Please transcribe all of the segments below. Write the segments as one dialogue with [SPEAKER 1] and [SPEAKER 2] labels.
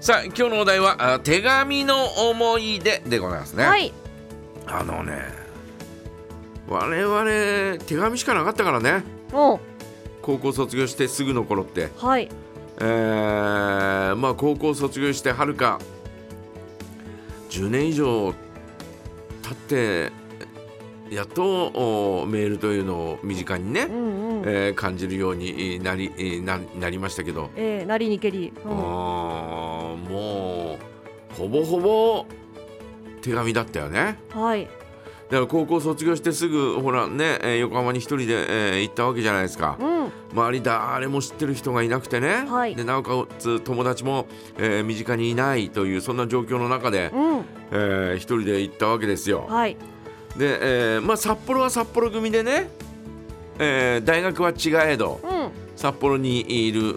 [SPEAKER 1] さあ今日のお題はあ手紙の思い出でございますね、
[SPEAKER 2] はい
[SPEAKER 1] あのね我々手紙しかなかったからね
[SPEAKER 2] おう
[SPEAKER 1] 高校卒業してすぐの頃って
[SPEAKER 2] はい
[SPEAKER 1] えーまあ高校卒業してはるか10年以上経ってやっとおメールというのを身近にね
[SPEAKER 2] う、んうん
[SPEAKER 1] えー感じるようになりえーななりましたけど、
[SPEAKER 2] えー、なりにけり、
[SPEAKER 1] あ
[SPEAKER 2] うん、
[SPEAKER 1] ーもうほぼほぼ手紙だったよね。
[SPEAKER 2] はい
[SPEAKER 1] だから高校卒業してすぐほらね、えー横浜に一人で、えー行ったわけじゃないですか。
[SPEAKER 2] うん
[SPEAKER 1] 周り誰も知ってる人がいなくてね、
[SPEAKER 2] はい
[SPEAKER 1] でなおかつ友達も、えー身近にいないというそんな状況の中で、
[SPEAKER 2] うん
[SPEAKER 1] えー一人で行ったわけですよ。
[SPEAKER 2] はい
[SPEAKER 1] で、えーまあ、札幌は札幌組でね、えー大学は違えど
[SPEAKER 2] うん
[SPEAKER 1] 札幌にいるう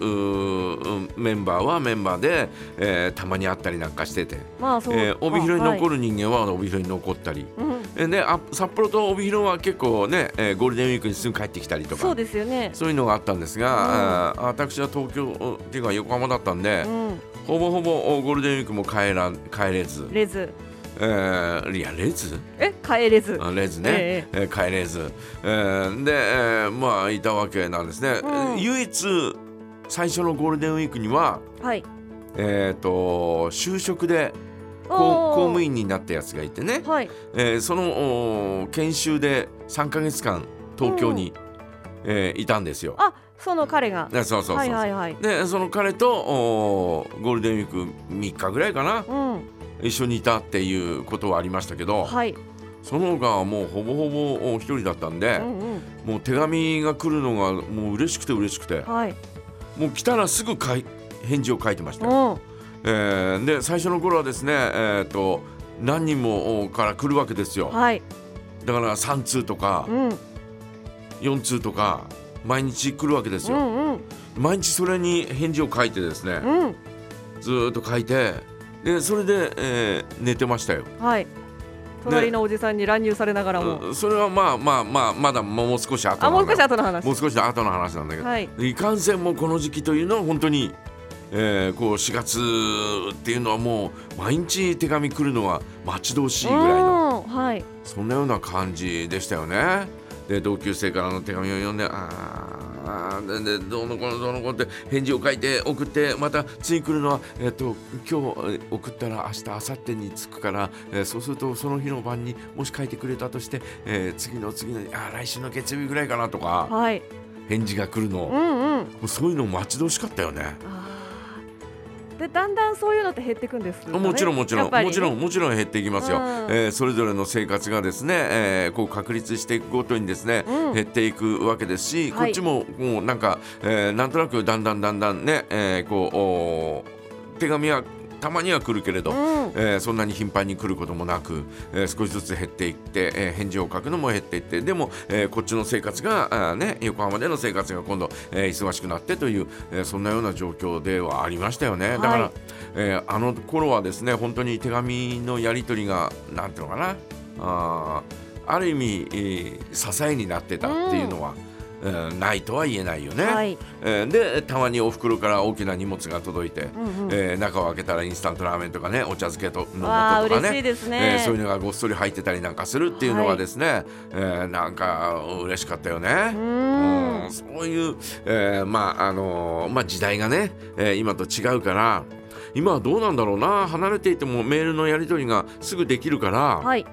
[SPEAKER 1] ーメンバーはメンバーで、えーたまに会ったりなんかしてて、
[SPEAKER 2] まあそう、
[SPEAKER 1] えー帯広に残
[SPEAKER 2] る、
[SPEAKER 1] る人間は帯広に残ったり。
[SPEAKER 2] はいうん、
[SPEAKER 1] えーね、あ札幌と帯広は結構ね、えーゴールデンウィークにすぐ帰ってきたりとか
[SPEAKER 2] そうですよね
[SPEAKER 1] そういうのがあったんですが、あー私は東京おっていうか横浜だったんで
[SPEAKER 2] う、ん
[SPEAKER 1] ほぼほぼおゴールデンウィークも帰らん帰れず、
[SPEAKER 2] レズ
[SPEAKER 1] えーいやレズ
[SPEAKER 2] え帰れず
[SPEAKER 1] あレズね、
[SPEAKER 2] え
[SPEAKER 1] えー帰れず、えーで、えーまあいたわけなんですね。
[SPEAKER 2] うん
[SPEAKER 1] 唯一最初のゴールデンウィークには、
[SPEAKER 2] はい
[SPEAKER 1] えー、と就職で公公務員になったやつがいてね、
[SPEAKER 2] はい
[SPEAKER 1] えーそのお研修で3か月間東京に、えーいたんですよ。
[SPEAKER 2] あその彼が
[SPEAKER 1] ねそうそうそうそう、
[SPEAKER 2] はいはいはい
[SPEAKER 1] でその彼とおーゴールデンウィーク3日ぐらいかな
[SPEAKER 2] うん
[SPEAKER 1] 一緒にいたっていうことはありましたけど、
[SPEAKER 2] はい
[SPEAKER 1] その他はもうほぼほぼお一人だったんで
[SPEAKER 2] う、んうん
[SPEAKER 1] もう手紙が来るのがもう嬉しくて嬉しくて
[SPEAKER 2] はい
[SPEAKER 1] もう来たらすぐかい返事を書いてましたよ、
[SPEAKER 2] うん
[SPEAKER 1] えーで最初の頃はですね、えー、と何人もおから来るわけですよ
[SPEAKER 2] はい
[SPEAKER 1] だから3通とか
[SPEAKER 2] うん
[SPEAKER 1] 4通とか毎日来るわけです
[SPEAKER 2] う
[SPEAKER 1] よ、
[SPEAKER 2] んうん
[SPEAKER 1] 毎日それに返事を書いてですね、
[SPEAKER 2] うん
[SPEAKER 1] ずーっと書いてでそれで、えー寝てましたよ、
[SPEAKER 2] はい隣のおじさんに乱入されながらも、
[SPEAKER 1] うんそれはまあまあまあまだもう少し後
[SPEAKER 2] あ
[SPEAKER 1] の
[SPEAKER 2] もう少し
[SPEAKER 1] 話
[SPEAKER 2] 後の話
[SPEAKER 1] もう少し後の話なんだけど、
[SPEAKER 2] はい
[SPEAKER 1] い、かんせんもうこの時期というのは本当に、えーこう4月っていうのはもう毎日手紙来るのは待ち遠しいぐらいの
[SPEAKER 2] うんはい
[SPEAKER 1] そんなような感じでしたよね。で同級生からの手紙を読んであーででどうのこうのどうのこうのって返事を書いて送ってまた次来るのは、えっと今日えー送ったら明日明後日に着くから、えーそうするとその日の晩にもし書いてくれたとして、えー次の次のあー来週の月曜日ぐらいかなとか
[SPEAKER 2] はい
[SPEAKER 1] 返事が来るの
[SPEAKER 2] う
[SPEAKER 1] も
[SPEAKER 2] んうん
[SPEAKER 1] うそういうの待ち遠しかったよね。
[SPEAKER 2] あーでだんだんそういうのって減ってくんですかね、
[SPEAKER 1] もちろんもちろ
[SPEAKER 2] や
[SPEAKER 1] ん、
[SPEAKER 2] っぱりね
[SPEAKER 1] もちろんもちろん減っていきますよ、
[SPEAKER 2] うん
[SPEAKER 1] えーそれぞれの生活がですね、えーこう確立していくごとにですね、
[SPEAKER 2] うん
[SPEAKER 1] 減っていくわけですし、
[SPEAKER 2] は
[SPEAKER 1] こっ
[SPEAKER 2] い
[SPEAKER 1] ちももうなんか、えーなんとなくだんだんだんだんね、えーこうおー手紙はたまには来るけれど、
[SPEAKER 2] うん
[SPEAKER 1] えーそんなに頻繁に来ることもなく、えー少しずつ減っていって、えー返事を書くのも減っていってでも、えーこっちの生活があー、ね、横浜での生活が今度、えー忙しくなってという、えーそんなような状況ではありましたよね、
[SPEAKER 2] い
[SPEAKER 1] だから、えーあの頃はですね本当に手紙のやり取りがなんていうのかなあーある意味、えー支えになってたっていうのは、えーないとは言えないよね。
[SPEAKER 2] はい
[SPEAKER 1] えーでたまにお袋から大きな荷物が届いて、
[SPEAKER 2] うんうん
[SPEAKER 1] えー中を開けたらインスタントラーメンとかねお茶漬けとの素と
[SPEAKER 2] わあ
[SPEAKER 1] か
[SPEAKER 2] 嬉し
[SPEAKER 1] ね
[SPEAKER 2] いです
[SPEAKER 1] え
[SPEAKER 2] ね
[SPEAKER 1] ーそういうのがごっそり入ってたりなんかするっていうのは
[SPEAKER 2] は
[SPEAKER 1] いですね、えーなんか嬉しかったよね。う
[SPEAKER 2] ん
[SPEAKER 1] んそういう、えーまああのーまあ、時代がね、えー今と違うから今はどうなんだろうな離れていてもメールのやり取りがすぐできるから、
[SPEAKER 2] はい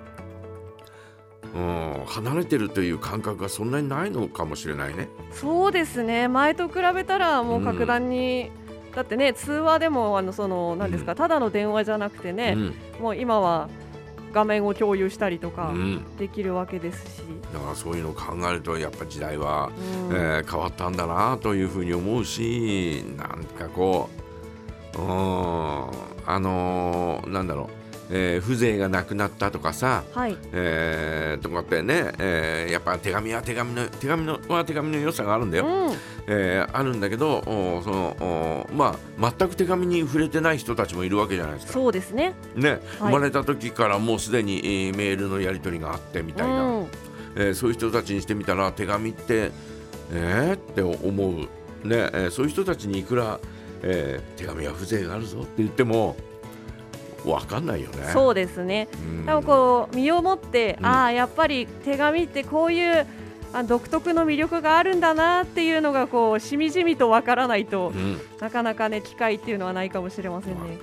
[SPEAKER 1] うん離れてるという感覚がそんなにないのかもしれないね。
[SPEAKER 2] そうですね前と比べたらもう格段に、だってね通話でもあのその何ですか、ただの電話じゃなくてね
[SPEAKER 1] う、ん
[SPEAKER 2] もう今は画面を共有したりとか
[SPEAKER 1] うん
[SPEAKER 2] できるわけですし、
[SPEAKER 1] だからそういうのを考えるとやっぱ時代は、
[SPEAKER 2] うん
[SPEAKER 1] えー変わったんだなというふうに思うしなんかこううーんあのーなんだろう、えー風情がなくなったとかさ、
[SPEAKER 2] はい
[SPEAKER 1] えーとかってね、えーやっぱ手紙は手紙の手紙のは手紙の良さがあるんだ
[SPEAKER 2] う
[SPEAKER 1] よ、
[SPEAKER 2] ん
[SPEAKER 1] えーあるんだけどおーそのおーまあ全く手紙に触れてない人たちもいるわけじゃないですか、
[SPEAKER 2] そうですね
[SPEAKER 1] ね生
[SPEAKER 2] はい
[SPEAKER 1] まれた時からもうすでに、えーメールのやり取りがあってみたいな。
[SPEAKER 2] うん
[SPEAKER 1] えーそういう人たちにしてみたら手紙ってえー、って思う、ねえーそういう人たちにいくら、えー手紙は風情があるぞって言っても分かんないよね。
[SPEAKER 2] そうですね
[SPEAKER 1] うん
[SPEAKER 2] でもこう身をもって、
[SPEAKER 1] うん
[SPEAKER 2] ああやっぱり手紙ってこういうあ独特の魅力があるんだなっていうのがこうしみじみとわからないと、
[SPEAKER 1] うん
[SPEAKER 2] なかなかね機会っていうのはないかもしれませんね。
[SPEAKER 1] ね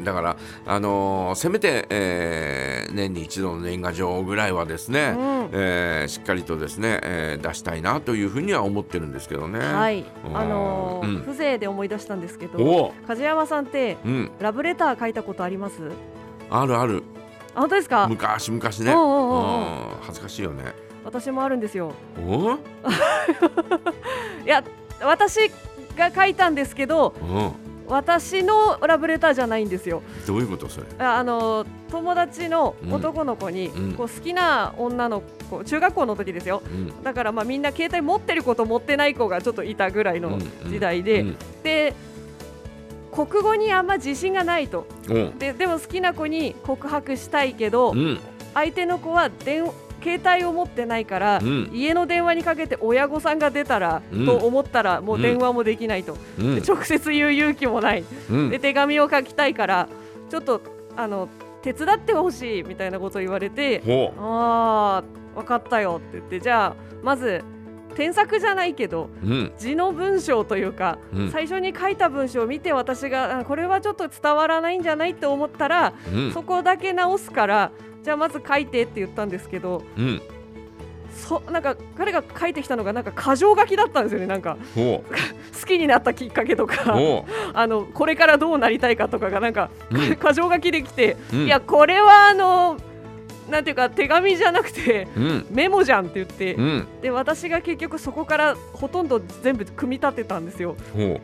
[SPEAKER 1] えだから、あのーせめて、えー年に一度の年賀状ぐらいはですね、
[SPEAKER 2] うん
[SPEAKER 1] えーしっかりとですね、えー出したいなというふうには思ってるんですけどね。
[SPEAKER 2] はい、あのー
[SPEAKER 1] うん
[SPEAKER 2] 風情で思い出したんですけど、
[SPEAKER 1] おう
[SPEAKER 2] 梶山さんって
[SPEAKER 1] うん、
[SPEAKER 2] ラブレター書いたことあります？
[SPEAKER 1] あるある
[SPEAKER 2] あ本当ですか？
[SPEAKER 1] 昔昔ね
[SPEAKER 2] おうおうおう
[SPEAKER 1] うん恥ずかしいよね
[SPEAKER 2] 私もあるんですよ。
[SPEAKER 1] おう
[SPEAKER 2] いや私が書いたんですけど、
[SPEAKER 1] うん
[SPEAKER 2] 私のラブレターじゃないんですよ。
[SPEAKER 1] どういうことそれ
[SPEAKER 2] ああのー友達の男の子に、
[SPEAKER 1] うん
[SPEAKER 2] こう好きな女の子中学校の時ですよ。
[SPEAKER 1] うん
[SPEAKER 2] だからまあみんな携帯持ってる子と持ってない子がちょっといたぐらいの時代で、
[SPEAKER 1] うん
[SPEAKER 2] で国語にあんま自信がないと
[SPEAKER 1] うん
[SPEAKER 2] ででも好きな子に告白したいけど
[SPEAKER 1] うん
[SPEAKER 2] 相手の子は電携帯を持ってないから、
[SPEAKER 1] うん
[SPEAKER 2] 家の電話にかけて親御さんが出たら、
[SPEAKER 1] うん
[SPEAKER 2] と思ったらもう電話もできないと、
[SPEAKER 1] うん
[SPEAKER 2] で直接言う勇気もない
[SPEAKER 1] うん
[SPEAKER 2] で手紙を書きたいからちょっとあの手伝ってほしいみたいなことを言われて
[SPEAKER 1] ほ
[SPEAKER 2] ああ分かったよって言ってじゃあまず添削じゃないけど
[SPEAKER 1] ううん
[SPEAKER 2] 字の文章というか、
[SPEAKER 1] うん
[SPEAKER 2] 最初に書いた文章を見て私があこれはちょっと伝わらないんじゃないって思ったら、
[SPEAKER 1] うん
[SPEAKER 2] そこだけ直すからじゃあまず書いてって言ったんですけど
[SPEAKER 1] うん
[SPEAKER 2] そなんか彼が書いてきたのがなんか過剰書きだったんですよねなんか
[SPEAKER 1] ほう
[SPEAKER 2] 好きになったきっかけとか
[SPEAKER 1] ほ
[SPEAKER 2] あのこれからどうなりたいかとかがなんか、
[SPEAKER 1] ううん
[SPEAKER 2] 過剰書きできて、
[SPEAKER 1] うん
[SPEAKER 2] いやこれはあのなんていうか手紙じゃなくて
[SPEAKER 1] うん
[SPEAKER 2] メモじゃんって言って、
[SPEAKER 1] うん
[SPEAKER 2] で私が結局そこからほとんど全部組み立てたんですよ。
[SPEAKER 1] ほ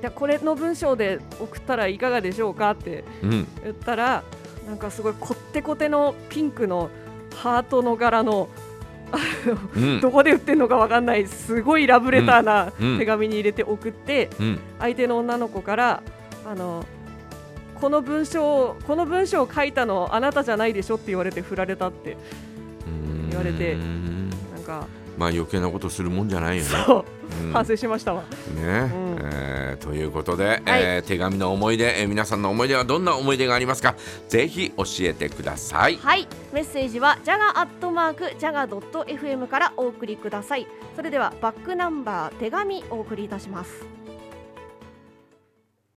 [SPEAKER 2] じゃあこれの文章で送ったらいかがでしょうかって
[SPEAKER 1] ううん
[SPEAKER 2] 言ったらなんかすごいこってこてのピンクのハートの柄の
[SPEAKER 1] うん
[SPEAKER 2] どこで売ってるのかわかんないすごいラブレターな
[SPEAKER 1] うんうん
[SPEAKER 2] 手紙に入れて送って
[SPEAKER 1] うん
[SPEAKER 2] 相手の女の子からあのこの文章をこの文章を書いたのあなたじゃないでしょって言われて振られたって言われて
[SPEAKER 1] うん
[SPEAKER 2] なんか
[SPEAKER 1] まあ余計なことするもんじゃないよね
[SPEAKER 2] そう
[SPEAKER 1] うん
[SPEAKER 2] 反省しましたわ。
[SPEAKER 1] ね、
[SPEAKER 2] うん
[SPEAKER 1] えーということで、えー手紙の思い出、えー皆さんの思い出はどんな思い出がありますかぜひ教えてください
[SPEAKER 3] はいメッセージはジャガアットマークジャガドット FM からお送りくださいそれではバックナンバー手紙お送りいたします